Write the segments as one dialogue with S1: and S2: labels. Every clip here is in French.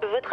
S1: Votre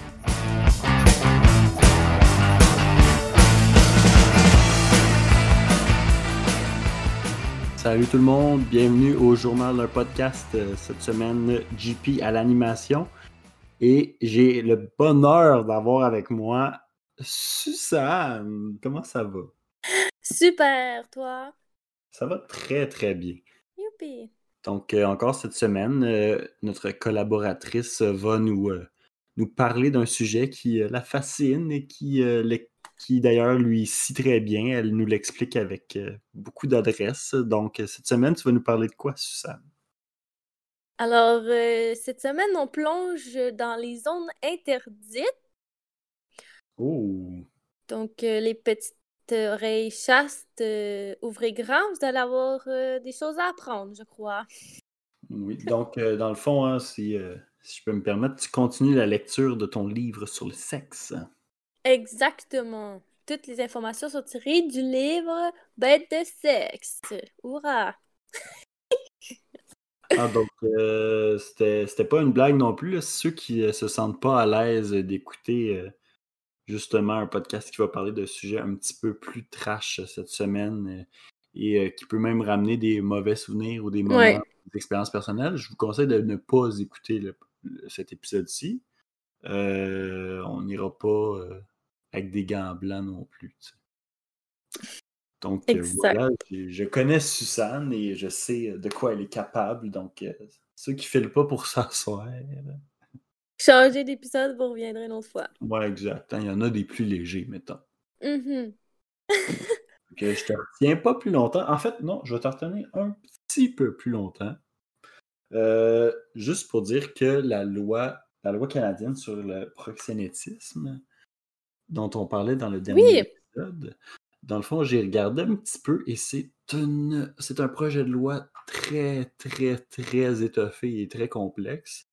S2: Salut tout le monde, bienvenue au journal d'un podcast euh, cette semaine JP à l'animation. Et j'ai le bonheur d'avoir avec moi Suzanne. Comment ça va?
S3: Super, toi.
S2: Ça va très très bien.
S3: Youpi.
S2: Donc euh, encore cette semaine, euh, notre collaboratrice euh, va nous, euh, nous parler d'un sujet qui euh, la fascine et qui, euh, l'e- qui d'ailleurs lui si très bien. Elle nous l'explique avec euh, beaucoup d'adresse. Donc euh, cette semaine, tu vas nous parler de quoi, Suzanne?
S3: Alors, euh, cette semaine, on plonge dans les zones interdites.
S2: Oh,
S3: Donc, euh, les petites euh, oreilles chastes, euh, ouvrez grand, vous allez avoir euh, des choses à apprendre, je crois.
S2: oui. Donc, euh, dans le fond, hein, si, euh, si je peux me permettre, tu continues la lecture de ton livre sur le sexe.
S3: Exactement. Toutes les informations sont tirées du livre Bête de sexe. Hourra!
S2: Ah, donc, euh, c'était c'était pas une blague non plus. là. Ceux qui euh, se sentent pas à l'aise d'écouter euh, justement un podcast qui va parler de sujets un petit peu plus trash euh, cette semaine euh, et euh, qui peut même ramener des mauvais souvenirs ou des moments
S3: Ouais.
S2: d'expérience personnelle, je vous conseille de ne pas écouter le- le- cet épisode-ci. Euh, on n'ira pas euh, avec des gants blancs non plus. tu sais. Donc euh,
S3: Exact.
S2: voilà, je, je connais Suzanne et je sais euh, de quoi elle est capable. Donc euh, ceux qui filent pas pour s'asseoir.
S3: Changez d'épisode, vous reviendrez une autre fois.
S2: Ouais, exact. hein, Il y en a des plus légers, mettons.
S3: Mhm.
S2: Que je te retiens pas plus longtemps. En fait, non, je vais te retenir un petit peu plus longtemps. Euh, juste pour dire que la loi, la loi canadienne sur le proxénétisme, dont on parlait dans le dernier
S3: Oui.
S2: épisode, dans le fond, j'ai regardé un petit peu et c'est une- c'est un projet de loi très, très, très étoffé et très complexe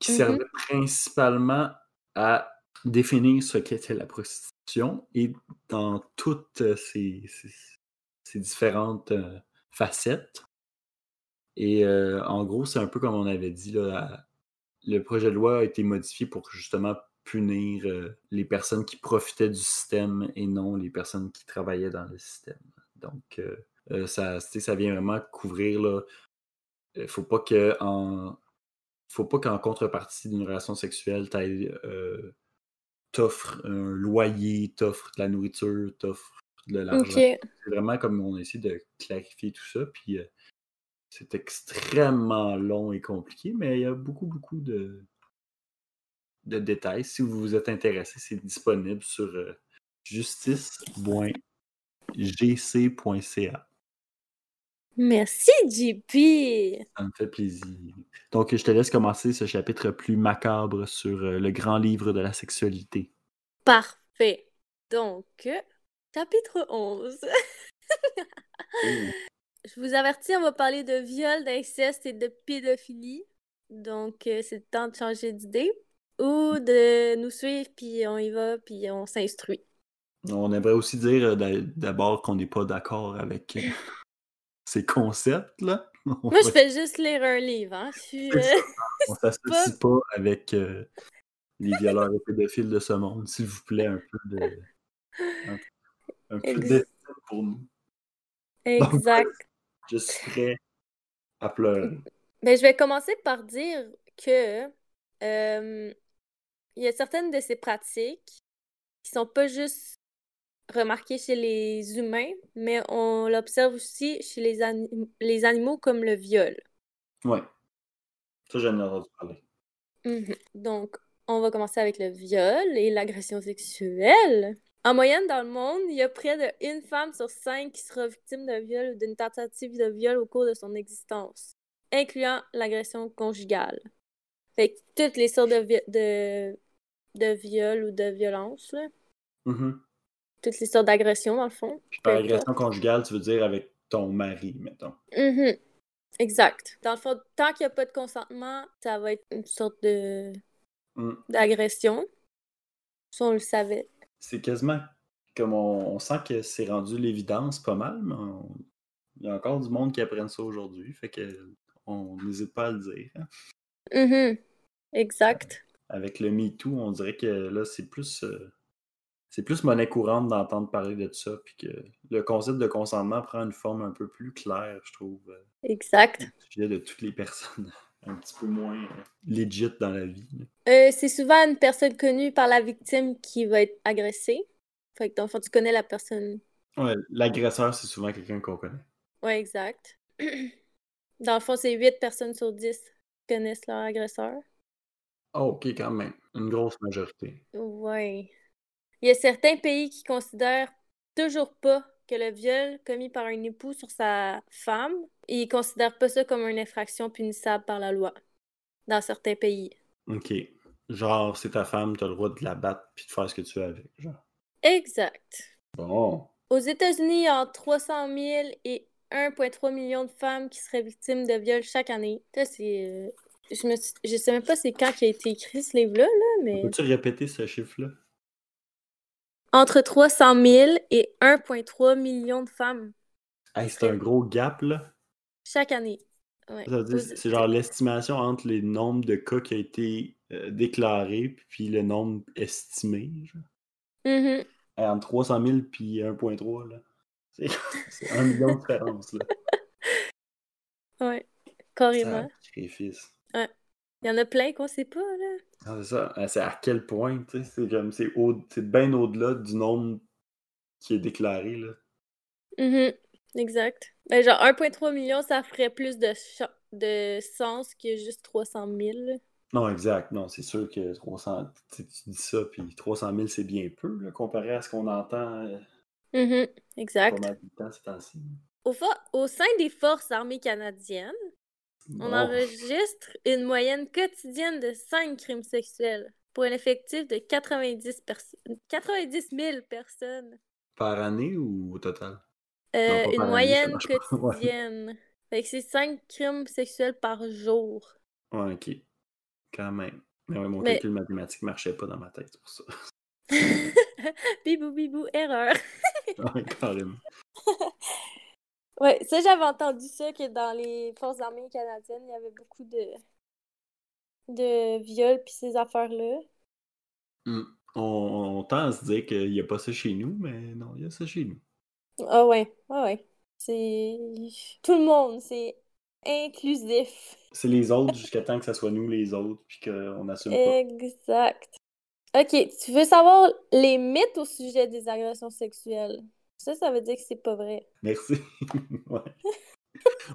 S2: qui
S3: Mhm.
S2: servait principalement à définir ce qu'était la prostitution et dans toutes euh, ces, ces- ces différentes euh, facettes. Et euh, en gros, c'est un peu comme on avait dit, là, la- le projet de loi a été modifié pour justement punir euh, les personnes qui profitaient du système et non les personnes qui travaillaient dans le système. Donc, euh, euh, ça, tu sais, ça vient vraiment couvrir, là, euh, faut pas que en faut pas qu'en contrepartie d'une relation sexuelle, t'ailles, euh, t'offres un loyer, t'offres de la nourriture, t'offres de l'argent.
S3: Ok.
S2: C'est vraiment comme on essaie de clarifier tout ça, puis euh, c'est extrêmement long et compliqué, mais il y a beaucoup, beaucoup de, de détails. Si vous vous êtes intéressé, c'est disponible sur euh, justice.gc.ca.
S3: Merci, JP.
S2: Ça me fait plaisir. Donc, je te laisse commencer ce chapitre plus macabre sur euh, le grand livre de la sexualité.
S3: Parfait. Donc, euh, chapitre 11. Je vous avertis, on va parler de viol, d'inceste et de pédophilie. Donc, euh, c'est le temps de changer d'idée ou de nous suivre, puis on y va, puis on s'instruit.
S2: On aimerait aussi dire euh, d'a- d'abord qu'on n'est pas d'accord avec euh, ces concepts-là. On
S3: Moi,
S2: va-
S3: je fais juste lire un livre, hein. Je suis,
S2: C'est ça.
S3: euh,
S2: on s'associe pas avec euh, les violeurs et pédophiles de ce monde. S'il vous plaît, un peu de. Un, un peu
S3: Ex-
S2: d'estime pour nous.
S3: euh, Exact.
S2: Je suis prêt à pleurer.
S3: Ben, je vais commencer par dire que euh, il y a certaines de ces pratiques qui sont pas juste remarquées chez les humains, mais on l'observe aussi chez les, ani- les animaux comme le viol.
S2: Ouais. Ça, j'en ai entendu parler.
S3: Donc, on va commencer avec le viol et l'agression sexuelle. En moyenne, dans le monde, il y a près de une femme sur cinq qui sera victime de viol ou d'une tentative de viol au cours de son existence, incluant l'agression conjugale. Fait que toutes les sortes de, vi- de, de viol ou de violence, là.
S2: Mhm.
S3: toutes les sortes d'agressions, dans le fond.
S2: Par
S3: Peu importe.
S2: agression conjugale, tu veux dire avec ton mari, mettons.
S3: Mhm. Exact. Dans le fond, tant qu'il n'y a pas de consentement, ça va être une sorte de
S2: Mm.
S3: d'agression. Ça, on le savait.
S2: C'est quasiment comme on, on sent que c'est rendu l'évidence pas mal, mais on- il y a encore du monde qui apprenne ça aujourd'hui. Fait que on n'hésite pas à le dire. hein.
S3: Mhm. Exact.
S2: Avec le MeToo, on dirait que là, c'est plus. euh, c'est plus monnaie courante d'entendre parler de ça, puis que le concept de consentement prend une forme un peu plus claire, je trouve. euh,
S3: Exact.
S2: au sujet de toutes les personnes un petit peu moins euh, legit dans la vie. là.
S3: Euh, c'est souvent une personne connue par la victime qui va être agressée. Fait que dans le fond, tu connais la personne.
S2: Ouais, L'agresseur, c'est souvent quelqu'un qu'on connaît.
S3: Ouais, exact. Dans le fond, c'est 8 personnes sur 10 qui connaissent leur agresseur.
S2: Ah, ok, quand même. Une grosse majorité.
S3: Ouais. Il y a certains pays qui considèrent toujours pas que le viol commis par un époux sur sa femme, ils considèrent pas ça comme une infraction punissable par la loi. Dans certains pays.
S2: Ok. Genre, c'est ta femme, t'as le droit de la battre puis de faire ce que tu veux avec. Genre.
S3: Exact.
S2: Bon.
S3: Aux États-Unis, il y a entre 300 000 et 1,3 million de femmes qui seraient victimes de viol chaque année. Ça, c'est. euh, Je, me suis- je sais même pas c'est quand qui a été écrit ce livre-là, là, mais.
S2: Peux-tu répéter ce chiffre-là?
S3: Entre 300 000 et 1,3 million de femmes
S2: Hey, c'est un gros gap, là.
S3: chaque année. Ouais.
S2: Ça veut dire,
S3: Aux-
S2: c'est genre l'estimation entre les nombres de cas qui a été euh, déclarés puis le nombre estimé. Genre.
S3: Mhm.
S2: Hey, entre 300 000 puis 1.3, là. C'est- C'est un million de différence, là.
S3: Ouais, carrément.
S2: Sacrifice.
S3: Il y en a plein qu'on sait pas, là.
S2: Ah, c'est ça. Ah, C'est à quel point, tu sais, c'est comme c'est au- c'est bien au-delà du nombre qui est déclaré là.
S3: Mhm, Exact. Ben, genre, 1,3 million, ça ferait plus de, cha- de sens que juste 300 000. là.
S2: Non, exact. Non, c'est sûr que 300, tu sais, tu dis ça, puis 300 000, c'est bien peu, là, comparé à ce qu'on entend euh,
S3: Mhm,
S2: pas
S3: Exact.
S2: mal tout le temps ces temps-ci.
S3: Au, fo- au sein des forces armées canadiennes, on
S2: Bon.
S3: enregistre une moyenne quotidienne de 5 crimes sexuels pour un effectif de 90, perso- 90 000 personnes.
S2: Par année ou au total? Non,
S3: Euh,
S2: pas
S3: une
S2: par année, ça
S3: moyenne
S2: marche pas. Ouais.
S3: quotidienne. Fait que c'est 5 crimes sexuels par jour.
S2: Ouais, ok. Quand même. Mais ouais, mon
S3: Mais-
S2: calcul mathématique marchait pas dans ma tête c'est pour ça.
S3: bibou, bibou, erreur.
S2: Ouais, carrément.
S3: Ouais, ça, j'avais entendu ça, que dans les forces armées canadiennes, il y avait beaucoup de, de viols puis ces affaires-là.
S2: Mm. On, on tend à se dire qu'il n'y a pas ça chez nous, mais non, il y a ça chez nous.
S3: Ah ouais, ah ouais. C'est... Tout le monde, c'est inclusif.
S2: C'est les autres jusqu'à temps que ça soit nous les autres, puis qu'on assume pas.
S3: Exact. OK, tu veux savoir les mythes au sujet des agressions sexuelles? Ça, ça veut dire que c'est pas vrai.
S2: Merci. Ouais.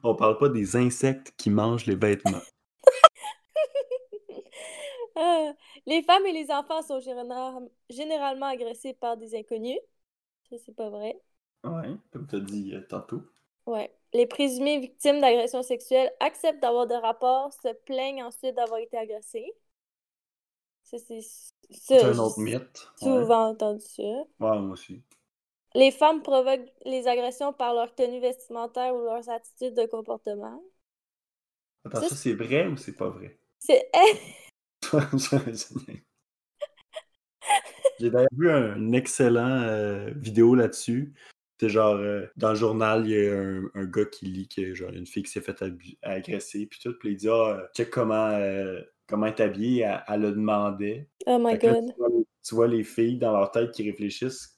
S2: On parle pas des insectes qui mangent les vêtements.
S3: Ah, les femmes et les enfants sont général- généralement agressés par des inconnus. Ça, c'est pas vrai.
S2: Ouais, comme tu as dit euh, tantôt.
S3: Ouais. Les présumées victimes d'agressions sexuelles acceptent d'avoir des rapports, se plaignent ensuite d'avoir été agressées. Ça, c'est
S2: C'est
S3: ça.
S2: un
S3: j'ai
S2: autre mythe. Ouais.
S3: Souvent entendu ça.
S2: Ouais, moi aussi.
S3: Les femmes provoquent les agressions par leur tenue vestimentaire ou leurs attitudes de comportement.
S2: Attends,
S3: Ça,
S2: ça, c'est vrai ou c'est pas vrai?
S3: C'est
S2: J'ai d'ailleurs vu un, une excellent euh, vidéo là-dessus. C'est genre, euh, dans le journal, il y a un, un gars qui lit que genre une fille qui s'est faite abu- agresser, puis tout, puis il dit Ah, euh, check comment, euh, comment elle est habillée, elle, elle le demandait.
S3: Oh my
S2: Fait que là,
S3: God.
S2: tu, vois, tu vois les filles dans leur tête qui réfléchissent.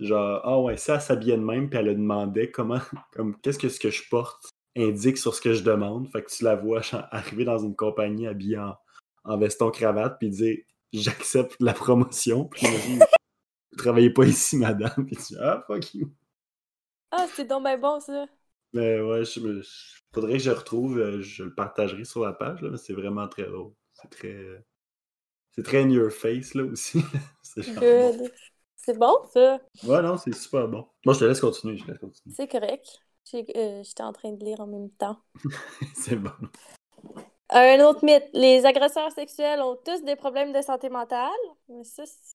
S2: Genre, ah ouais, ça, elle s'habillait de même, puis elle le demandait comment, comme, qu'est-ce que ce que je porte indique sur ce que je demande. Fait que tu la vois genre, arriver dans une compagnie habillée en, en veston-cravate, puis dire, j'accepte la promotion, puis elle dit, vous travaillez pas ici, madame, puis tu dis, ah, fuck you.
S3: Ah, c'est donc ben bon ça.
S2: Mais ouais, je me- je- faudrait que je retrouve, euh, je le partagerai sur la page, là, mais c'est vraiment très drôle. C'est très. euh, C'est très in your face, là aussi. c'est genre.
S3: Good. C'est bon ça.
S2: Ouais, non, c'est super bon. Moi, je te laisse continuer, je te laisse continuer.
S3: C'est correct. J'ai- euh, J'étais en train de lire en même temps.
S2: c'est bon.
S3: Un autre mythe, les agresseurs sexuels ont tous des problèmes de santé mentale. Mais ça, c'est-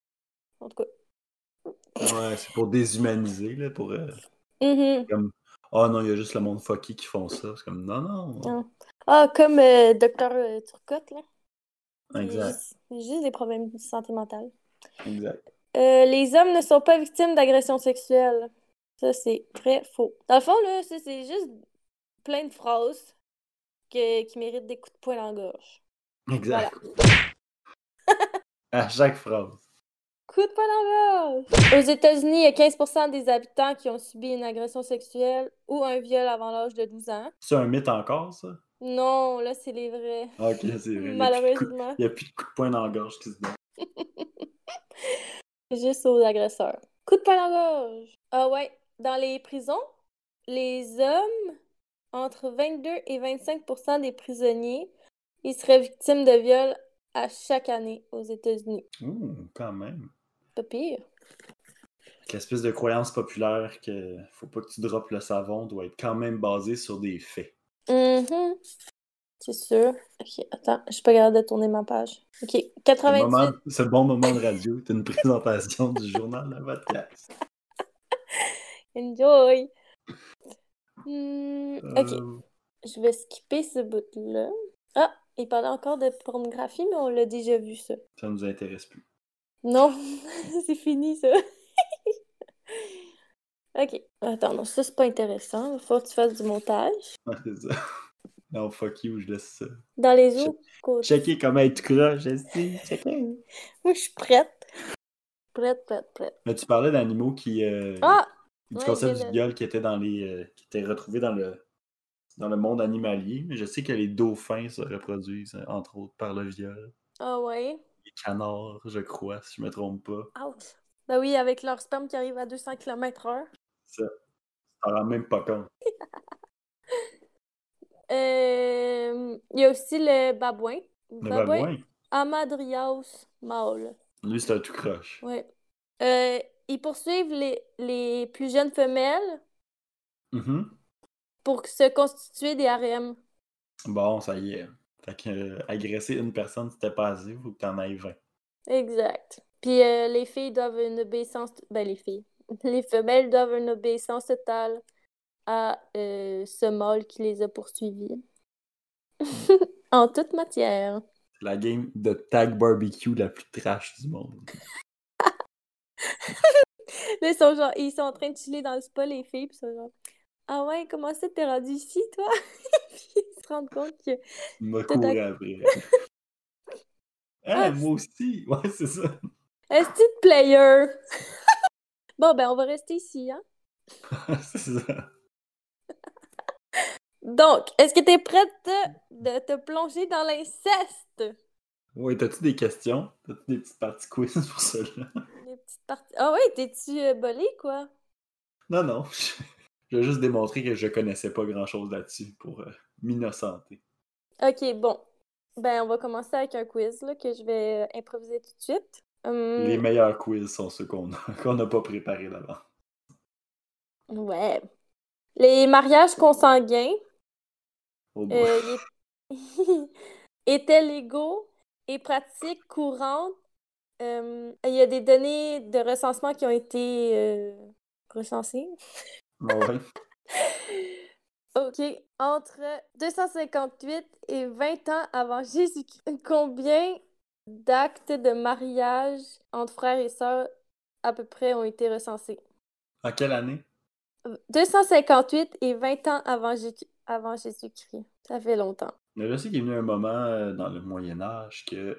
S3: en tout cas.
S2: Ouais, c'est pour déshumaniser, là, pour... euh,
S3: Mhm.
S2: Ah non, il y a juste le monde fucky qui font ça. C'est comme non, non.
S3: Ah. Ah, comme euh, Docteur euh, Turcotte, là. Il y a
S2: Exact.
S3: juste- il y a juste des problèmes de santé mentale.
S2: Exact.
S3: Euh, les hommes ne sont pas victimes d'agressions sexuelles. Ça, c'est très faux. Dans le fond, là, ça, c'est juste plein de phrases que- qui méritent des coups de poing en gorge.
S2: Exact. à chaque phrase.
S3: Coup de poing en gorge! Aux États-Unis, il y a 15% des habitants qui ont subi une agression sexuelle ou un viol avant l'âge de 12 ans.
S2: C'est un mythe encore, ça?
S3: Non, là, c'est les vrais.
S2: Ah, Ok, c'est vrai. Il y a plus de coups-
S3: Malheureusement,
S2: Il n'y a plus de coups de poing dans la gorge qui se donnent.
S3: juste aux agresseurs. Coup de poing en gorge! Ah ouais, dans les prisons, les hommes, entre 22 et 25 des prisonniers, ils seraient victimes de viol à chaque année aux États-Unis.
S2: Ouh, quand même.
S3: Pas pire.
S2: Avec L'espèce de croyance populaire que faut pas que tu droppes le savon doit être quand même basée sur des faits.
S3: Mhm. C'est sûr. Ok, attends, je suis pas capable de tourner ma page. Ok,
S2: C'est le
S3: 98.
S2: moment- C'est le bon moment de radio. C'est une présentation du journal de podcast.
S3: Enjoy! Hmm, ok,
S2: Euh,
S3: je vais skipper ce bout-là. Ah, il parle encore de pornographie, mais on l'a déjà vu, ça.
S2: ça nous intéresse plus.
S3: Non, c'est fini ça. Ok, attends, non, ça c'est pas intéressant. Il faut que tu fasses du montage.
S2: Ah, c'est ça. Non, fuck you, je laisse ça.
S3: Dans les
S2: Check-
S3: autres côtés.
S2: Checker comment être croche, je sais. checker.
S3: Moi, je suis prête. Prête, prête, prête.
S2: Mais tu parlais d'animaux qui. euh,
S3: Ah!
S2: du
S3: ouais,
S2: concept
S3: j'ai
S2: du
S3: le-
S2: viol qui était dans les. euh, qui était retrouvé dans le dans le monde animalier. Mais je sais que les dauphins se reproduisent, euh, entre autres, par le viol.
S3: Ah ouais.
S2: Les canards, je crois, si je me trompe pas.
S3: Ouch. Bah oui, avec leur sperme qui arrive à 200 km/h.
S2: Ça. Ça rend même pas compte.
S3: Ah Euh, Il y a aussi le babouin.
S2: Le babouin,
S3: Amadriaus mâle.
S2: lui, c'est un tout croche.
S3: Ouais. Euh, ils poursuivent les, les plus jeunes femelles
S2: Mhm.
S3: pour se constituer des harems.
S2: Bon, ça y est. Fait que euh, agresser une personne, c'était pas assez, faut que t'en ailles 20.
S3: Exact. Puis euh, les filles doivent une obéissance, ben les filles, les femelles doivent une obéissance totale à euh, ce mâle qui les a poursuivis. en toute matière.
S2: C'est la game de tag barbecue la plus trash du monde.
S3: Là, ils sont genre, ils sont en train de chiller dans le spa, les filles, puis ils sont genre, ah ouais, comment ça t'es rendu ici, toi? Puis ils se rendent compte que,
S2: m'a
S3: Tout à-
S2: couru après. Ah,
S3: Ah,
S2: moi aussi! Ouais, c'est ça.
S3: est-ce que player? Bon, ben, on va rester ici, hein?
S2: c'est ça.
S3: Donc, est-ce que t'es prête de te plonger dans l'inceste?
S2: Ouais, t'as-tu des questions? T'as-tu des petites parties quiz pour cela?
S3: Les petites parties. Ah ouais, t'es-tu euh, bolé, quoi?
S2: Non, non. Je vais juste démontrer que je connaissais pas grand-chose là-dessus pour euh, m'innocenter.
S3: Ok, bon. Ben, on va commencer avec un quiz là, que je vais euh, improviser tout de suite. Hum,
S2: Les meilleurs quiz sont ceux qu'on qu'on n'a pas préparés d'avant.
S3: Ouais. Les mariages consanguins
S2: Oh boy.
S3: euh, il est- étaient légaux et pratiques courantes. Hum, Il y a des données de recensement qui ont été euh, recensées.
S2: Ouais.
S3: OK. Entre 258 et 20 ans avant Jésus-Christ, combien d'actes de mariage entre frères et sœurs à peu près ont été recensés?
S2: En quelle année?
S3: 258 et 20 ans avant, Jé- avant Jésus-Christ. Ça fait longtemps.
S2: Mais je sais qu'il est venu un moment euh, dans le Moyen Âge que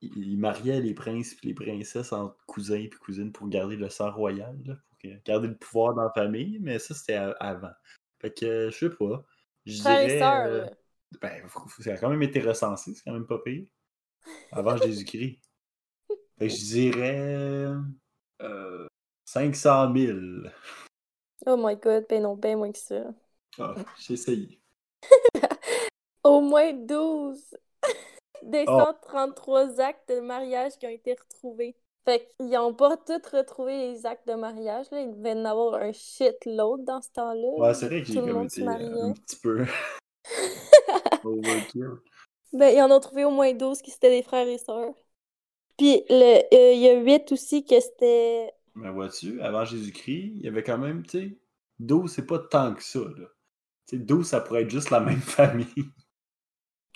S2: il il mariait les princes et les princesses entre cousins et cousines pour garder le sang royal, là, pour que- garder le pouvoir dans la famille, mais ça c'était a- avant. Fait que euh, je sais pas. Je
S3: Frères et
S2: dirais,
S3: sœurs,
S2: euh,
S3: là.
S2: ben, f- f- ça a quand même été recensé, c'est quand même pas pire. Avant Jésus-Christ. Fait que je dirais euh, 500 000.
S3: Oh my God, ben non, ben moins que ça.
S2: Ah, j'ai essayé.
S3: Au moins 12 des
S2: Oh.
S3: 133 actes de mariage qui ont été retrouvés. Fait qu'ils n'ont pas tous retrouvé les actes de mariage, là. Il devait en avoir un shit l'autre dans ce temps-là.
S2: Ouais, c'est vrai que j'ai
S3: Tout le
S2: comme
S3: monde se
S2: été euh, un
S3: mariait.
S2: petit peu overkill.
S3: Ben, ils en ont trouvé au moins 12 qui c'était des frères et sœurs. Puis le, euh, il y a 8 aussi que c'était...
S2: Mais vois-tu, avant Jésus-Christ, il y avait quand même, tu sais, 12, c'est pas tant que ça. Là. Tu sais, 12, ça pourrait être juste la même famille.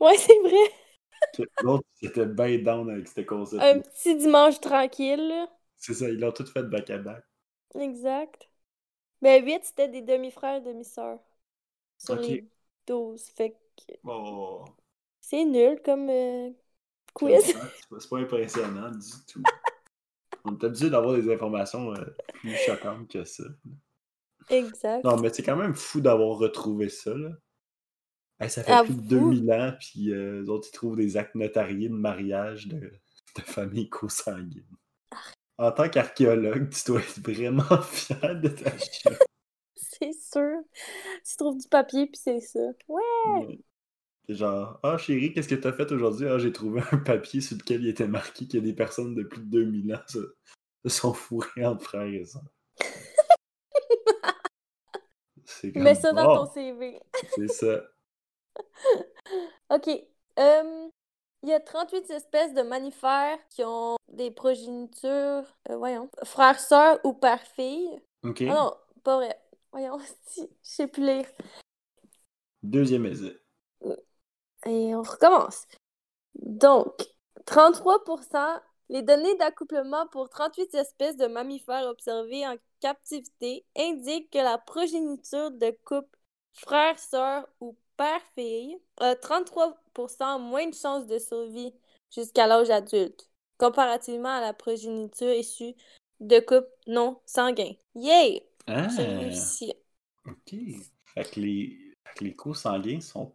S3: Ouais, c'est vrai.
S2: que L'autre, c'était bien down avec ce concept.
S3: Un petit dimanche tranquille, là.
S2: C'est ça, ils l'ont tout fait back-à-back.
S3: Exact. Ben, 8, c'était des demi-frères, demi-sœurs. Sur
S2: Ok.
S3: les 12. Fait que
S2: Oh,
S3: c'est nul comme euh, quiz.
S2: c'est pas- c'est pas impressionnant du tout. On est obligé d'avoir des informations euh, plus choquantes que ça.
S3: exact.
S2: Non, mais c'est quand même fou d'avoir retrouvé ça. Là. Hey, ça fait
S3: Ah,
S2: plus de
S3: fou.
S2: 2000 ans, puis euh, eux autres, ils trouvent des actes notariés de mariage de, de familles consanguines. En tant qu'archéologue, tu dois être vraiment fier de ta chute.
S3: C'est sûr. Tu trouves du papier, puis c'est ça. Ouais.
S2: Genre, ah chérie, qu'est-ce que t'as fait aujourd'hui? Ah, j'ai trouvé un papier sur lequel il était marqué que des personnes de plus de 2000 ans se, se sont fourrées entre frères et sœurs. C'est comme,
S3: Mets ça dans
S2: bon,
S3: ton CV.
S2: C'est ça.
S3: OK. Euh, il y a 38 espèces de mammifères qui ont des progénitures, euh, voyons, frères-sœurs ou père-fille.
S2: OK.
S3: Ah non, pas vrai. Voyons, si, je sais plus lire.
S2: Deuxième essai.
S3: Et on recommence. Donc, 33%, les données d'accouplement pour 38 espèces de mammifères observées en captivité indiquent que la progéniture de couple frère-sœur ou père-fille a 33% moins de chances de survie jusqu'à l'âge adulte, comparativement à la progéniture issue de couples non sanguins. Yay!
S2: Ah,
S3: J'ai réussi.
S2: OK. Fait que les, fait que les co-sanguins sont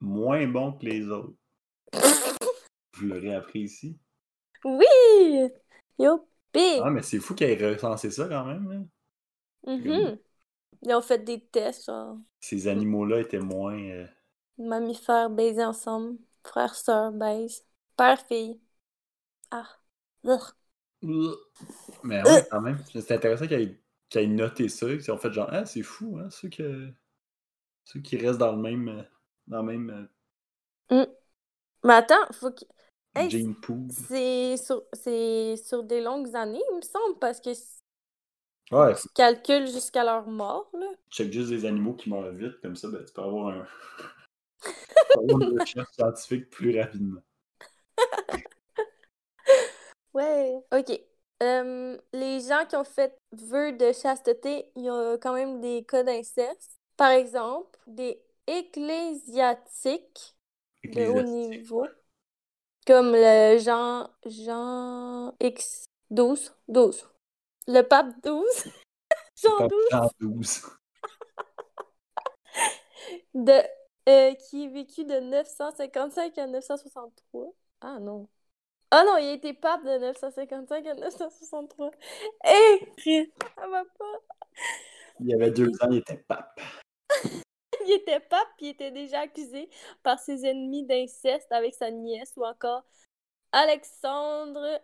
S2: moins bons que les autres. Vous l'aurez appris ici.
S3: Oui! Youpi!
S2: Ah, mais c'est fou qu'ils aient recensé ça quand même. hein.
S3: Mhm. Ils ont fait des tests, genre
S2: Ces animaux-là étaient moins. euh,
S3: mammifères baisés ensemble, frères, sœurs baisent, père, fille. Ah, Ugh.
S2: Mais ouais, quand même. C'est intéressant qu'ils aient, qu'ils aient noté ça. Qu'ils ont fait genre, ah, c'est fou, hein, ceux, que, ceux qui restent dans le même. euh, Dans le même euh,
S3: Mais attends, faut que. Hey,
S2: gene pool.
S3: c'est sur... c'est sur des longues années, il me semble, parce que si
S2: Ouais,
S3: tu calcules jusqu'à leur mort, là.
S2: check juste des animaux qui meurent vite, comme ça, ben, tu peux avoir un. tu peux avoir une recherche scientifique plus rapidement.
S3: Ouais. OK. Euh, les gens qui ont fait vœu de chasteté, il y a quand même des cas d'inceste. Par exemple, des ecclésiatiques
S2: Avec
S3: de
S2: les
S3: haut
S2: astiques.
S3: niveau. Comme le Jean, Jean X 12, 12. Le pape 12. Jean
S2: T'as
S3: 12
S2: Jean 12.
S3: de, euh, qui est vécu de 955 à 963. Ah non. Ah non, il a été pape de 955 à 963. Hé! Ça va pas.
S2: Il y avait deux ans, il était pape.
S3: Il était pape, puis il était déjà accusé par ses ennemis d'inceste avec sa nièce ou encore Alexandre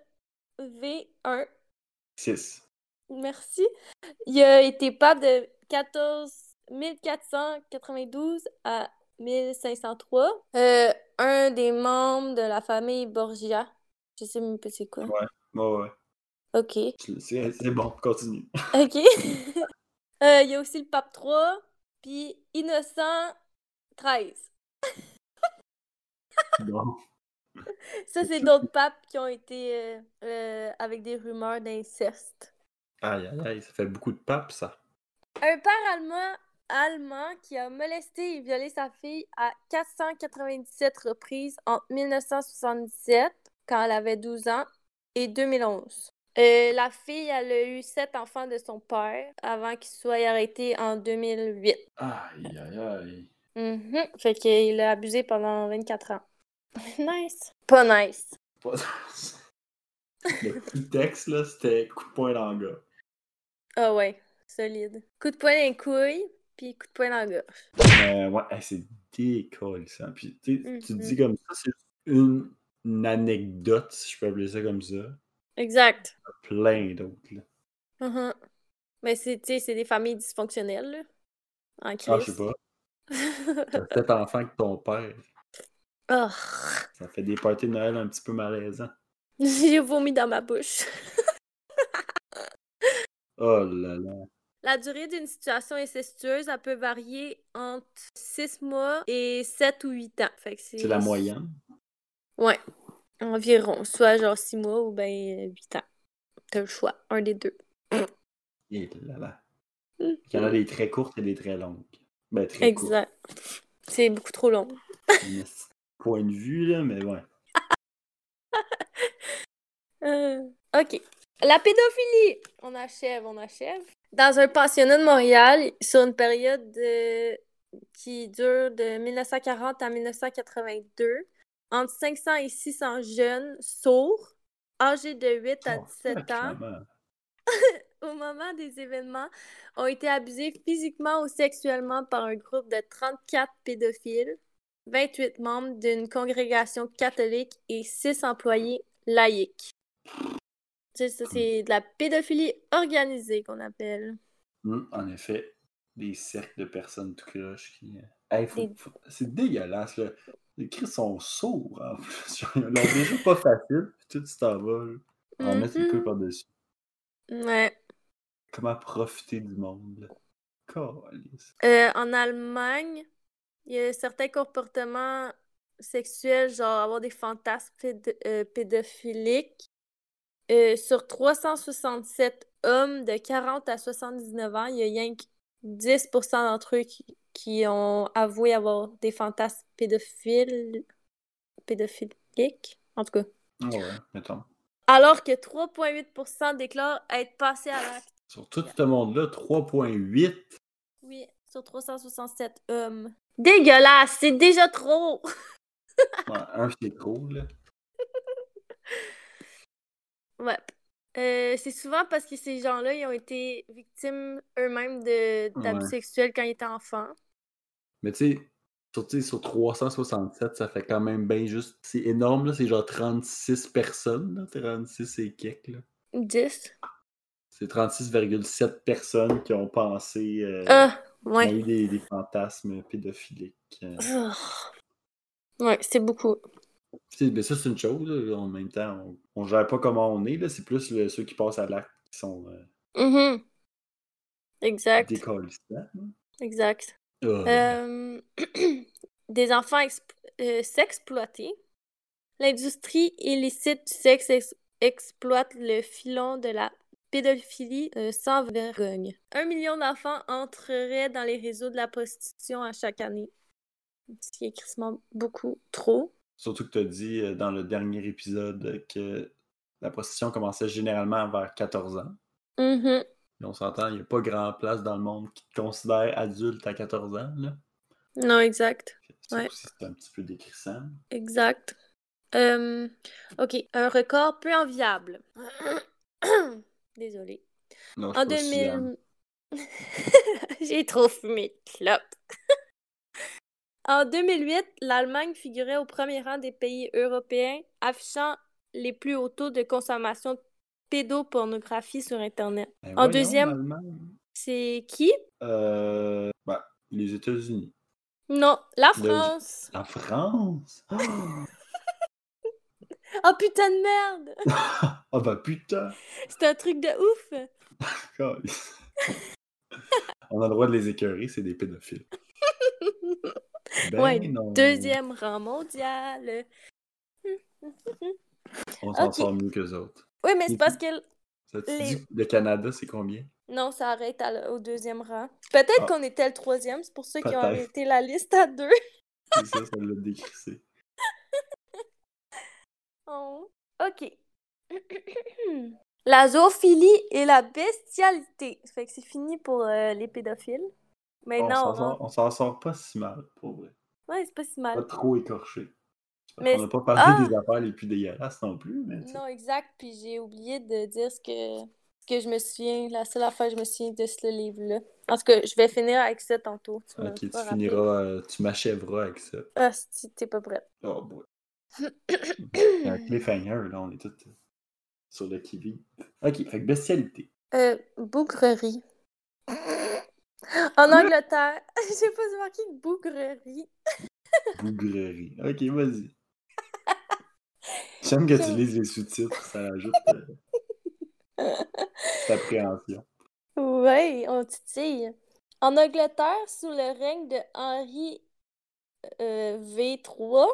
S3: V1
S2: 6.
S3: Merci. Il a été pape de 14 1492 à 1503. Euh, un des membres de la famille Borgia. Je sais même pas c'est quoi.
S2: Ouais, ouais.
S3: Ok.
S2: C'est- C'est c'est bon, continue.
S3: Ok. Euh, il y a aussi le pape 3, puis Innocent 13.
S2: Bon.
S3: Ça, c'est d'autres papes qui ont été euh, euh, avec des rumeurs d'inceste.
S2: Aïe, aïe, aïe, ça fait beaucoup de papes, ça.
S3: Un père allemand, allemand qui a molesté et violé sa fille à 497 reprises entre 1977, quand elle avait 12 ans, et 2011. Euh, la fille, elle a eu sept enfants de son père avant qu'il soit arrêté en 2008.
S2: Aïe, aïe, aïe.
S3: Mhm. Fait qu'il a abusé pendant 24 ans. nice. Pas nice.
S2: Pas- Le petit texte, là, c'était coup de poing dans le gars.
S3: Ah ouais, solide. Coup de poing dans les couilles, puis coup de poing dans la gorge.
S2: Euh, ouais, hey, c'est décollissant. Puis, tu sais, tu te dis comme ça, c'est une, une anecdote, si je peux appeler ça comme ça.
S3: Exact.
S2: Plein d'autres, là.
S3: Mhm. Mais c'est, tu sais, c'est des familles dysfonctionnelles, là. En crise.
S2: Ah, je sais pas. T'as peut-être enfant que ton père.
S3: Oh,
S2: Ça fait des parties de Noël un petit peu malaisants.
S3: j'ai vomi dans ma bouche.
S2: Oh là là.
S3: La durée d'une situation incestueuse, elle peut varier entre 6 mois et 7 ou 8 ans. Fait que
S2: C'est la moyenne.
S3: Ouais, environ. Soit genre 6 mois ou ben 8 ans. T'as le choix, un des deux.
S2: Et Eh là, là. Il y en a des très courtes et des très longues. Ben, très courtes.
S3: Exact. C'est beaucoup trop long.
S2: Un esti de Point de vue, là, mais ouais.
S3: Euh, ok. La pédophilie. On achève, on achève. Dans un pensionnat de Montréal, sur une période de- qui dure de 1940 à 1982, entre 500 et 600 jeunes sourds, âgés de 8 à
S2: Oh,
S3: 17 ans,
S2: Finalement,
S3: au moment des événements, ont été abusés physiquement ou sexuellement par un groupe de 34 pédophiles, 28 membres d'une congrégation catholique et 6 employés laïcs. Tu sais, ça, c'est de la pédophilie organisée qu'on appelle.
S2: Hum, en effet, des cercles de personnes tout croche qui. euh, Hey, faut-
S3: Des-
S2: faut- C'est dégueulasse, là. Les cris sont sourds, en plus. Ils l'ont déjà pas facile, puis tout tu t'en vas, là. En mettre une
S3: Mhm.
S2: queue par-dessus.
S3: Ouais.
S2: Comment profiter du monde, là. Calisse.
S3: Euh, en Allemagne, il y a certains comportements sexuels, genre avoir des fantasmes péd- euh, pédophiliques. Euh, sur 367 hommes de 40 à 79 ans, il y a rien que 10% d'entre eux qui, qui ont avoué avoir des fantasmes pédophiles, pédophiliques, en tout cas.
S2: Ah Ouais, mettons.
S3: Alors que 3,8% déclarent être passés à l'acte.
S2: Sur tout ce monde-là, 3.8.
S3: Oui, sur 367 hommes. Dégueulasse, c'est déjà trop.
S2: Ouais, un, c'est trop, là.
S3: Ouais. Euh, c'est souvent parce que ces gens-là, ils ont été victimes eux-mêmes de d'abus
S2: Ouais.
S3: sexuels quand ils étaient enfants.
S2: Mais tu sais, sur, tu sais, sur 367, ça fait quand même bien juste. C'est énorme, là. C'est genre 36 personnes, là. 36 et quelques, là.
S3: 10.
S2: C'est 36,7 personnes qui ont pensé. euh,
S3: Ah,
S2: qui ont
S3: ouais.
S2: eu des, des fantasmes pédophiliques. euh.
S3: Ah. Ouais, c'est beaucoup.
S2: Puis, tu sais, ben ça, c'est une chose. là. En même temps, on- on ne gère pas comment on est. là. C'est plus le- ceux qui passent à l'acte qui sont euh,
S3: Mhm. Exact,
S2: décalissants.
S3: exact.
S2: Ah,
S3: Euh, des enfants exp- euh, s'exploiter. L'industrie illicite du sexe ex- exploite le filon de la pédophilie euh, sans vergogne. Un million d'enfants entreraient dans les réseaux de la prostitution à chaque année. Ce qui est crissement beaucoup trop.
S2: Surtout que tu as dit euh, dans le dernier épisode que la prostitution commençait généralement vers 14 ans.
S3: Mhm.
S2: Et on s'entend, il n'y a pas grand place dans le monde qui te considère adulte à 14 ans. Là.
S3: Non, exact.
S2: Ça
S3: Ouais.
S2: aussi, c'est un petit peu décrissant.
S3: Exact. Euh, ok, un record peu enviable. Désolée.
S2: Non, je suis
S3: En
S2: pas hein. si lent.
S3: 2000... J'ai trop fumé de clope. en 2008, l'Allemagne figurait au premier rang des pays européens affichant les plus hauts taux de consommation de pédopornographie sur Internet.
S2: Ben
S3: En
S2: voyons,
S3: deuxième-
S2: l'Allemagne.
S3: C'est qui?
S2: Euh, ben, les États-Unis.
S3: Non, la
S2: Le-
S3: France.
S2: La France? Ah
S3: Oh putain de merde!
S2: Ah ben putain!
S3: C'est un truc de ouf!
S2: Hmm. Calice. On a le droit de les écœurer, c'est des pédophiles. Ben
S3: Ouais,
S2: non.
S3: Deuxième rang mondial.
S2: On s'en
S3: Ok.
S2: sort mieux qu'eux autres.
S3: Oui, mais c'est parce que
S2: Ça te
S3: Les-
S2: dit le Canada, c'est combien?
S3: Non, ça arrête à la- au deuxième rang. Peut-être
S2: Ah.
S3: qu'on était le troisième, c'est pour ça qu'ils ont
S2: Peut-être.
S3: arrêté la liste à deux.
S2: C'est ça, ça l'a décrissé.
S3: Oh. Ok. la zoophilie et la bestialité. Ça fait que c'est fini pour euh, les pédophiles.
S2: On
S3: Maintenant,
S2: s'en
S3: on
S2: sort, on s'en sort pas si mal, pour vrai.
S3: va- Ouais, c'est pas si
S2: Pas
S3: mal.
S2: trop écorché.
S3: Ah. Mais
S2: on n'a pas parlé
S3: Ah!
S2: des affaires les plus dégueulasses non plus, mais tu sais,
S3: Non, exact. Puis j'ai oublié de dire ce que, ce que je me souviens. La seule affaire que je me souviens de ce livre-là. En tout cas, je vais finir avec ça tantôt. Tu m'as
S2: ok, tu
S3: pas rappelé.
S2: finiras, euh, tu m'achèveras avec ça.
S3: Ah, si t'es pas prête.
S2: Oh boy. Un cliffhanger, là, on est tous euh, sur le qui Ok, fait que bestialité.
S3: Euh, bougrerie. En Angleterre, j'ai pas marqué bougrerie.
S2: Bougrerie. Ok, vas-y. J'aime que tu lises les sous-titres, ça ajoute euh, cette appréhension.
S3: Oui, on titille. En Angleterre, sous le règne de Henri euh, V3,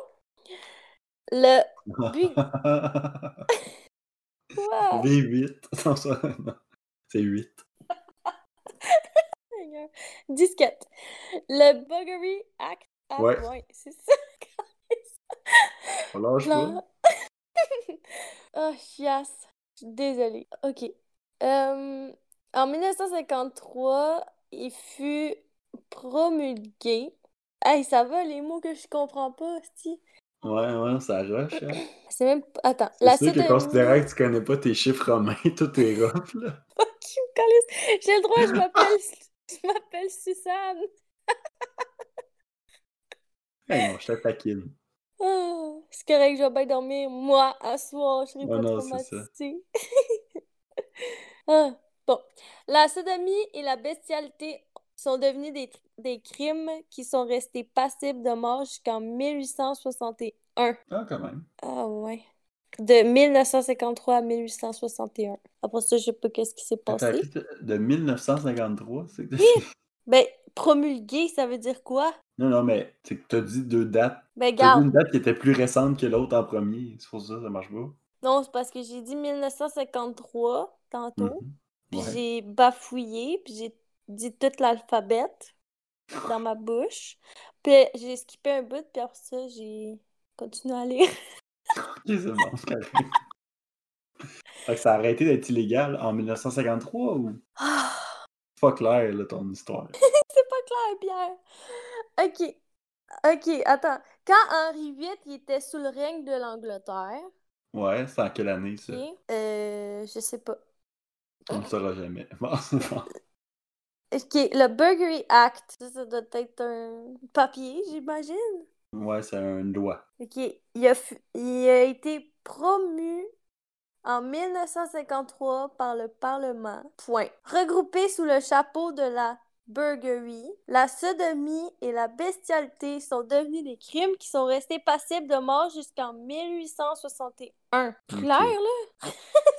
S3: le bu- Quoi?
S2: V8. Non, ça, non. C'est 8.
S3: Seigneur. Disquette. Le Buggery Act. Ah,
S2: Ouais.
S3: c'est ça.
S2: On lâche
S3: Non.
S2: pas.
S3: oh, chiasse. Je suis désolée. OK. Euh, en 1953, il fut promulgué. Hey, ça va, les mots que je comprends pas, hostie.
S2: Ouais, ouais, ça rush. Hein.
S3: C'est même. Attends.
S2: C'est sûr que
S3: sodomie-
S2: considérant que tu connais pas tes chiffres romains, tout est rough, là.
S3: Qui me calisse? J'ai le droit, je m'appelle. je m'appelle Suzanne.
S2: Hey, non, je te taquine.
S3: Ah, c'est correct, je vais bien dormir, moi, à soir, je serai
S2: Ouais,
S3: pas
S2: Ah non, c'est ça.
S3: traumatisée. Ah, bon. La sodomie et la bestialité sont devenues des, des crimes qui sont restés passibles de mort jusqu'en 1861.
S2: Ah, quand même.
S3: Ah ouais. De 1953 à 1861. Après ça, je sais pas qu'est-ce qui s'est
S2: Attends,
S3: passé.
S2: de 1953, c'est que
S3: Ben, promulguer, ça veut dire quoi?
S2: Non, non, mais c'est que t'as dit deux dates.
S3: Ben,
S2: T'as dit
S3: garde.
S2: une date qui était plus récente que l'autre en premier. C'est pour ça que ça marche pas.
S3: Non, c'est parce que j'ai dit 1953 tantôt.
S2: Mhm.
S3: Puis
S2: Ouais.
S3: j'ai bafouillé, puis j'ai dit tout l'alphabet dans ma bouche. Puis j'ai skippé un bout, puis après ça, j'ai continué à lire.
S2: Ok, c'est bon, c'est correct. Fait que ça a arrêté d'être illégal en 1953 ou
S3: Ah,
S2: c'est pas clair, là, ton histoire?
S3: Pierre! OK. OK, attends. Quand Henri VIII il était sous le règne de l'Angleterre,
S2: Ouais, c'est en quelle année,
S3: OK?
S2: ça?
S3: Euh, je sais pas.
S2: On ne saura jamais. Bon, c'est bon.
S3: OK, le Burgery Act, ça, ça doit être un papier, j'imagine.
S2: Ouais, c'est un doigt.
S3: Ok, il a, fu- il a été promu en 1953 par le Parlement. Point. Regroupé sous le chapeau de la burgerie, la sodomie et la bestialité sont devenus des crimes qui sont restés passibles de mort jusqu'en 1861.
S2: Ok.
S3: Clair, là?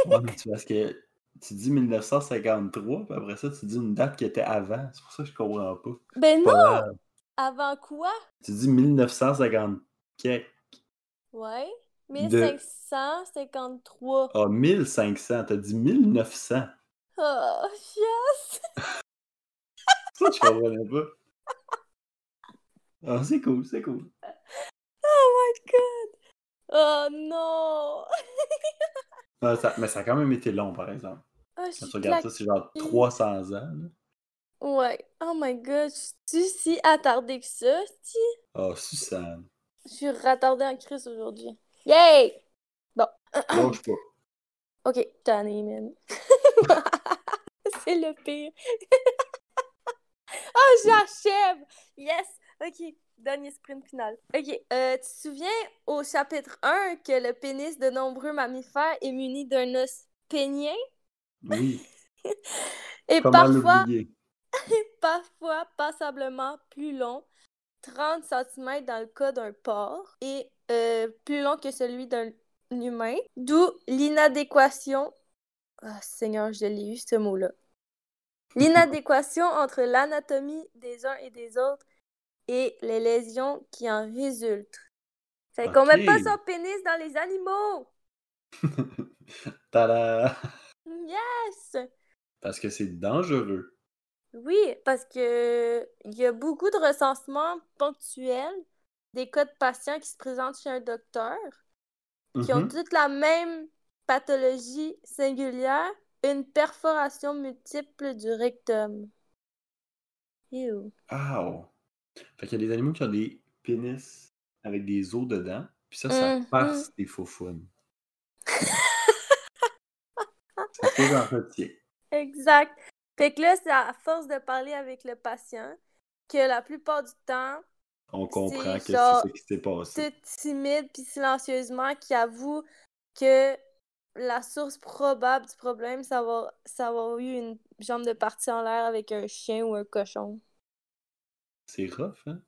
S2: Ouais, mais c'est parce que tu dis 1953, puis après ça, tu dis une date qui était avant. C'est pour ça que je comprends pas.
S3: Ben
S2: Pas
S3: non!
S2: grave.
S3: Avant quoi?
S2: Tu dis 1950. ok.
S3: Ouais.
S2: De-
S3: 1553.
S2: Ah, 1500. T'as dit 1900.
S3: Oh, chiasse!
S2: Ça, je comprenais pas. Ah, c'est cool, c'est cool.
S3: Oh my god! Oh non!
S2: Ah, ça- mais ça a quand même été long, par exemple.
S3: Ah, je
S2: Quand
S3: suis
S2: tu regardes ça, c'est genre 300 ans. là.
S3: Ouais. Oh my god, je suis si attardée que ça, si.
S2: Ah, Suzanne.
S3: Je suis rattardée en crise aujourd'hui. Yay! Euh,
S2: Lâche pas.
S3: Ok, t'en es, man. C'est le pire. oh, j'achève! Yes! Ok, dernier sprint final. Ok, euh, tu te souviens au chapitre 1 que le pénis de nombreux mammifères est muni d'un os pénien?
S2: Oui,
S3: Et
S2: comment
S3: parfois,
S2: l'oublier?
S3: parfois passablement plus long, 30 cm dans le cas d'un porc, et euh, plus long que celui d'un humain, d'où l'inadéquation. Ah, Seigneur, je l'ai eu ce mot-là. L'inadéquation entre l'anatomie des uns et des autres et les lésions qui en résultent. Fait qu'on
S2: Ok.
S3: met pas son pénis dans les animaux!
S2: Tada!
S3: Yes!
S2: Parce que c'est dangereux.
S3: Oui, parce que il y a beaucoup de recensements ponctuels des cas de patients qui se présentent chez un docteur, qui ont
S2: Mhm.
S3: toutes la même pathologie singulière, une perforation multiple du rectum. Ew.
S2: Ah, oh. Fait qu'il y a des animaux qui ont des pénis avec des os dedans, puis ça, ça
S3: Mhm.
S2: passe des faux founes. c'est ce que j'en retiens.
S3: Exact. Fait que là, c'est à force de parler avec le patient que la plupart du temps,
S2: On comprend que c'est
S3: genre-
S2: ce qui s'est passé.
S3: tout timide puis silencieusement qui avoue que la source probable du problème, ça va, ça va avoir eu une jambe de partie en l'air avec un chien ou un cochon.
S2: C'est rough, hein?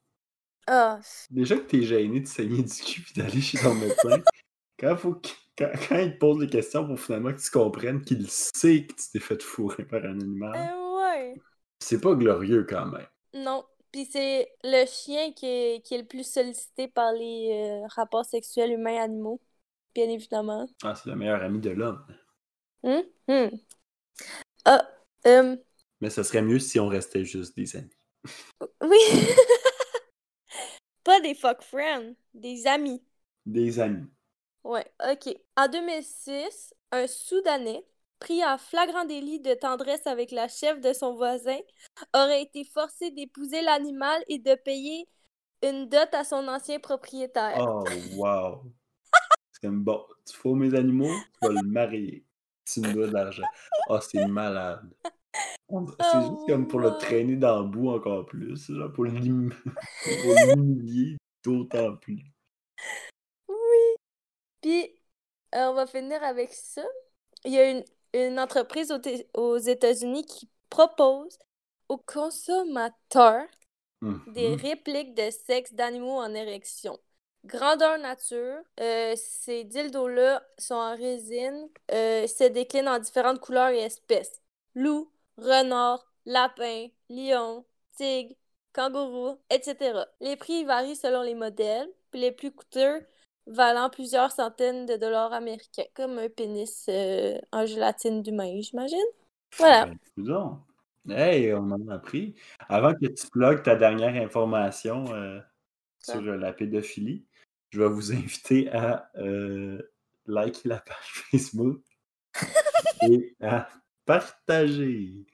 S3: Ah,
S2: Déjà que t'es gêné de saigner du cul et d'aller chez ton médecin, quand, faut que- quand, quand il te pose des questions pour finalement que tu comprennes qu'il sait que tu t'es fait fourrer par un
S3: euh,
S2: animal,
S3: ouais, ouais.
S2: C'est pas glorieux quand même.
S3: Non. Puis c'est le chien qui est, qui est le plus sollicité par les euh, rapports sexuels humains-animaux, bien évidemment.
S2: Ah, c'est le meilleur ami de l'homme.
S3: Hum, hum. Ah, euh,
S2: Mais ce serait mieux si on restait juste des amis.
S3: oui. Pas des fuck friends, des amis.
S2: Des amis.
S3: Ouais, ok. En 2006, un Soudanais, pris en flagrant délit de tendresse avec la chef de son voisin, aurait été forcé d'épouser l'animal et de payer une dot à son ancien propriétaire.
S2: Oh, wow. C'est comme bon, tu fous mes animaux, tu vas le marier. Tu me dois de l'argent. Oh, c'est malade. On- C'est
S3: Oh,
S2: juste comme pour le
S3: wow.
S2: traîner dans le bout encore plus, genre pour l'hum- pour l'humilier d'autant plus.
S3: Puis, euh, on va finir avec ça. Il y a une, une entreprise aux, Té- aux États-Unis qui propose aux consommateurs des
S2: Mhm.
S3: répliques de sexe d'animaux en érection. Grandeur nature, euh, ces dildos-là sont en résine, euh, se déclinent en différentes couleurs et espèces. Loup, renard, lapin, lion, tigre, kangourou, etc. Les prix varient selon les modèles, puis les plus coûteux valant plusieurs centaines de dollars américains, comme un pénis euh, en gélatine d'humain, j'imagine. Voilà.
S2: Ben, disons. Hey, on en a appris. Avant que tu plugues ta dernière information euh, sur euh, la pédophilie, je vais vous inviter à euh, liker la page Facebook et à partager.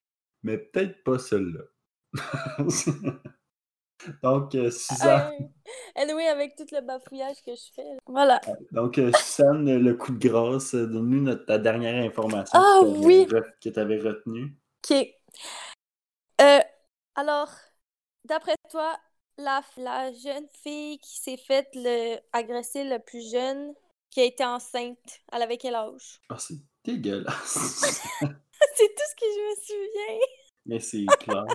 S2: Mais peut-être pas celle-là. Donc, euh, Suzanne,
S3: Et oui, avec tout le bafouillage que je fais. là. Voilà.
S2: donc, euh, Suzanne, le coup de grâce, euh, donne-nous notre- ta dernière information
S3: Ah,
S2: que t'avais
S3: oui.
S2: re- que tu avais retenue.
S3: Ok. Euh, alors, d'après toi, la, la jeune fille qui s'est faite le, agresser le plus jeune, qui a été enceinte, elle avait quel âge?
S2: Ah, c'est dégueulasse.
S3: C'est tout ce que je me souviens.
S2: Mais c'est clair.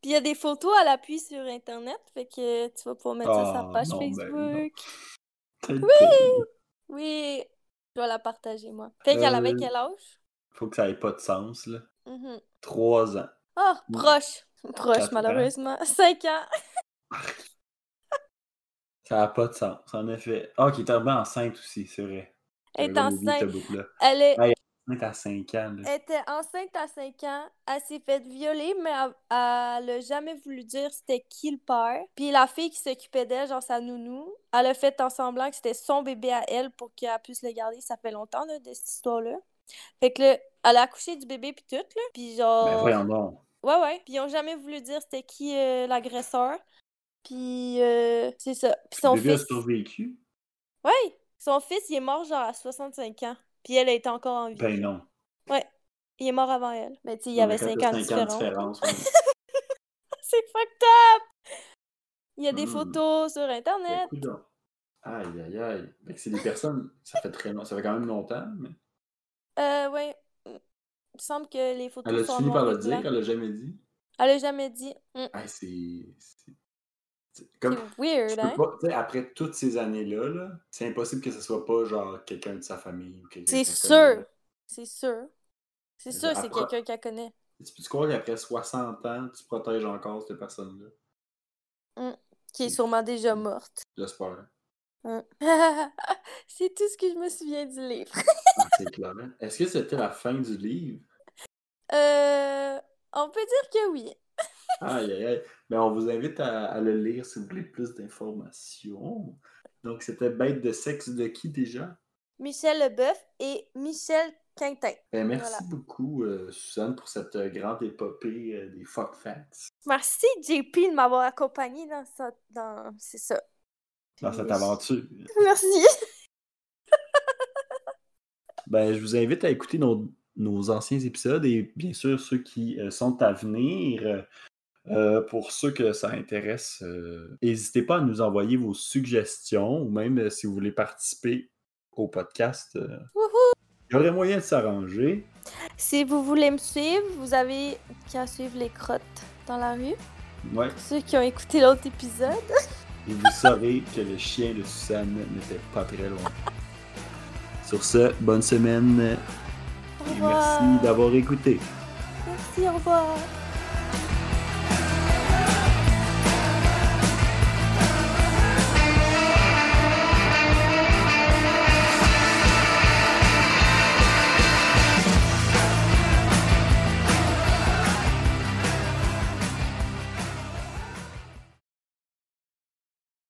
S3: Puis il y a des photos à l'appui sur Internet, fait que tu vas pouvoir mettre ça sur
S2: Ah,
S3: la page
S2: non, ben non.
S3: Facebook.
S2: Peut-être
S3: Oui! Oui! Je vais la partager, moi. Fait qu'elle avait
S2: Euh,
S3: quel âge?
S2: que- Faut que ça ait pas de sens, là.
S3: Mhm.
S2: Trois ans.
S3: Oh,
S2: Mm.
S3: proche! Proche,
S2: Quatre ans.
S3: malheureusement. Cinq ans!
S2: Ça a pas de sens, en effet. Ah, qui est tombée enceinte aussi, c'est vrai.
S3: Elle est
S2: J'avais oublié
S3: enceinte.
S2: ce bout-là.
S3: Elle est,
S2: Enceinte à 5 ans, là.
S3: était enceinte à 5 ans. Elle s'est faite violer, mais elle n'a jamais voulu dire c'était qui le père. Puis la fille qui s'occupait d'elle, genre sa nounou, elle a fait en semblant que c'était son bébé à elle pour qu'elle puisse le garder. Ça fait longtemps, là, de cette histoire-là. Fait que là, elle a accouché du bébé, puis tout, là. Puis
S2: Ben
S3: genre...
S2: voyons donc.
S3: Ouais, ouais. Puis ils ont jamais voulu dire c'était qui euh, l'agresseur. Puis euh, c'est ça. Puis son
S2: le bébé
S3: fils.
S2: a survécu?
S3: Ouais! Son fils, il est mort genre à 65 ans. Puis elle, elle était encore en vie.
S2: Ben non.
S3: Il est mort avant elle. Mais tu sais, il y
S2: On
S3: avait
S2: a fait
S3: 5 ans
S2: cinq
S3: de différence.
S2: différence, ouais.
S3: C'est fucked up! Il y a des
S2: Hmm.
S3: photos sur Internet.
S2: Ben, coudonc. Aïe, aïe, aïe. Fait que c'est des personnes... Ça fait très long... Ça fait quand même longtemps, mais...
S3: Euh, ouais. Il me semble que les photos
S2: Elle a
S3: sont en
S2: fini par
S3: noir
S2: le
S3: et
S2: dire,
S3: blanc.
S2: elle l'a jamais dit.
S3: Elle a jamais dit. Hmm.
S2: Ah, c'est... c'est- c'est Comme...
S3: C'est
S2: tu
S3: weird,
S2: peux
S3: hein?
S2: pas- tu sais, après toutes ces années-là, là, c'est impossible que ce soit pas genre quelqu'un de sa famille ou quelqu'un
S3: C'est
S2: qu'elle connaît.
S3: sûr! C'est sûr. C'est
S2: Je
S3: sûr, c'est
S2: approche.
S3: quelqu'un qu'elle connaît.
S2: Tu peux croire qu'après 60 ans, tu protèges encore cette personne-là?
S3: Qui est sûrement déjà
S2: Hmm.
S3: morte.
S2: J'espère.
S3: Hein. c'est tout ce que je me souviens du livre.
S2: Ah, c'est clair. Est-ce que c'était la fin du livre?
S3: Euh, on peut dire que oui.
S2: Aïe, aïe, aïe. Ben, on vous invite à, à le lire si vous voulez plus d'informations. Donc, c'était Bête de sexe de qui déjà?
S3: Michel Leboeuf et Michel Quintin.
S2: Ben, merci
S3: Voilà.
S2: beaucoup, euh, Suzanne, pour cette euh, grande épopée euh, des fuck facts
S3: Merci JP de m'avoir accompagné dans ça. Dans... C'est ça.
S2: dans cette aventure.
S3: Merci.
S2: Ben, je vous invite à écouter nos, nos anciens épisodes et bien sûr ceux qui euh, sont à venir. Euh, pour ceux que ça intéresse, euh, n'hésitez pas à nous envoyer vos suggestions ou même euh, si vous voulez participer au podcast. euh, Il y aurait moyen de s'arranger.
S3: Si vous voulez me suivre, vous avez qu'à suivre les crottes dans la rue.
S2: Ouais,
S3: Ceux qui ont écouté l'autre épisode.
S2: et vous saurez que le chien de Suzanne n'était pas très loin. Sur ce, bonne semaine.
S3: Au revoir. revoir.
S2: Merci d'avoir écouté.
S3: Merci, au revoir.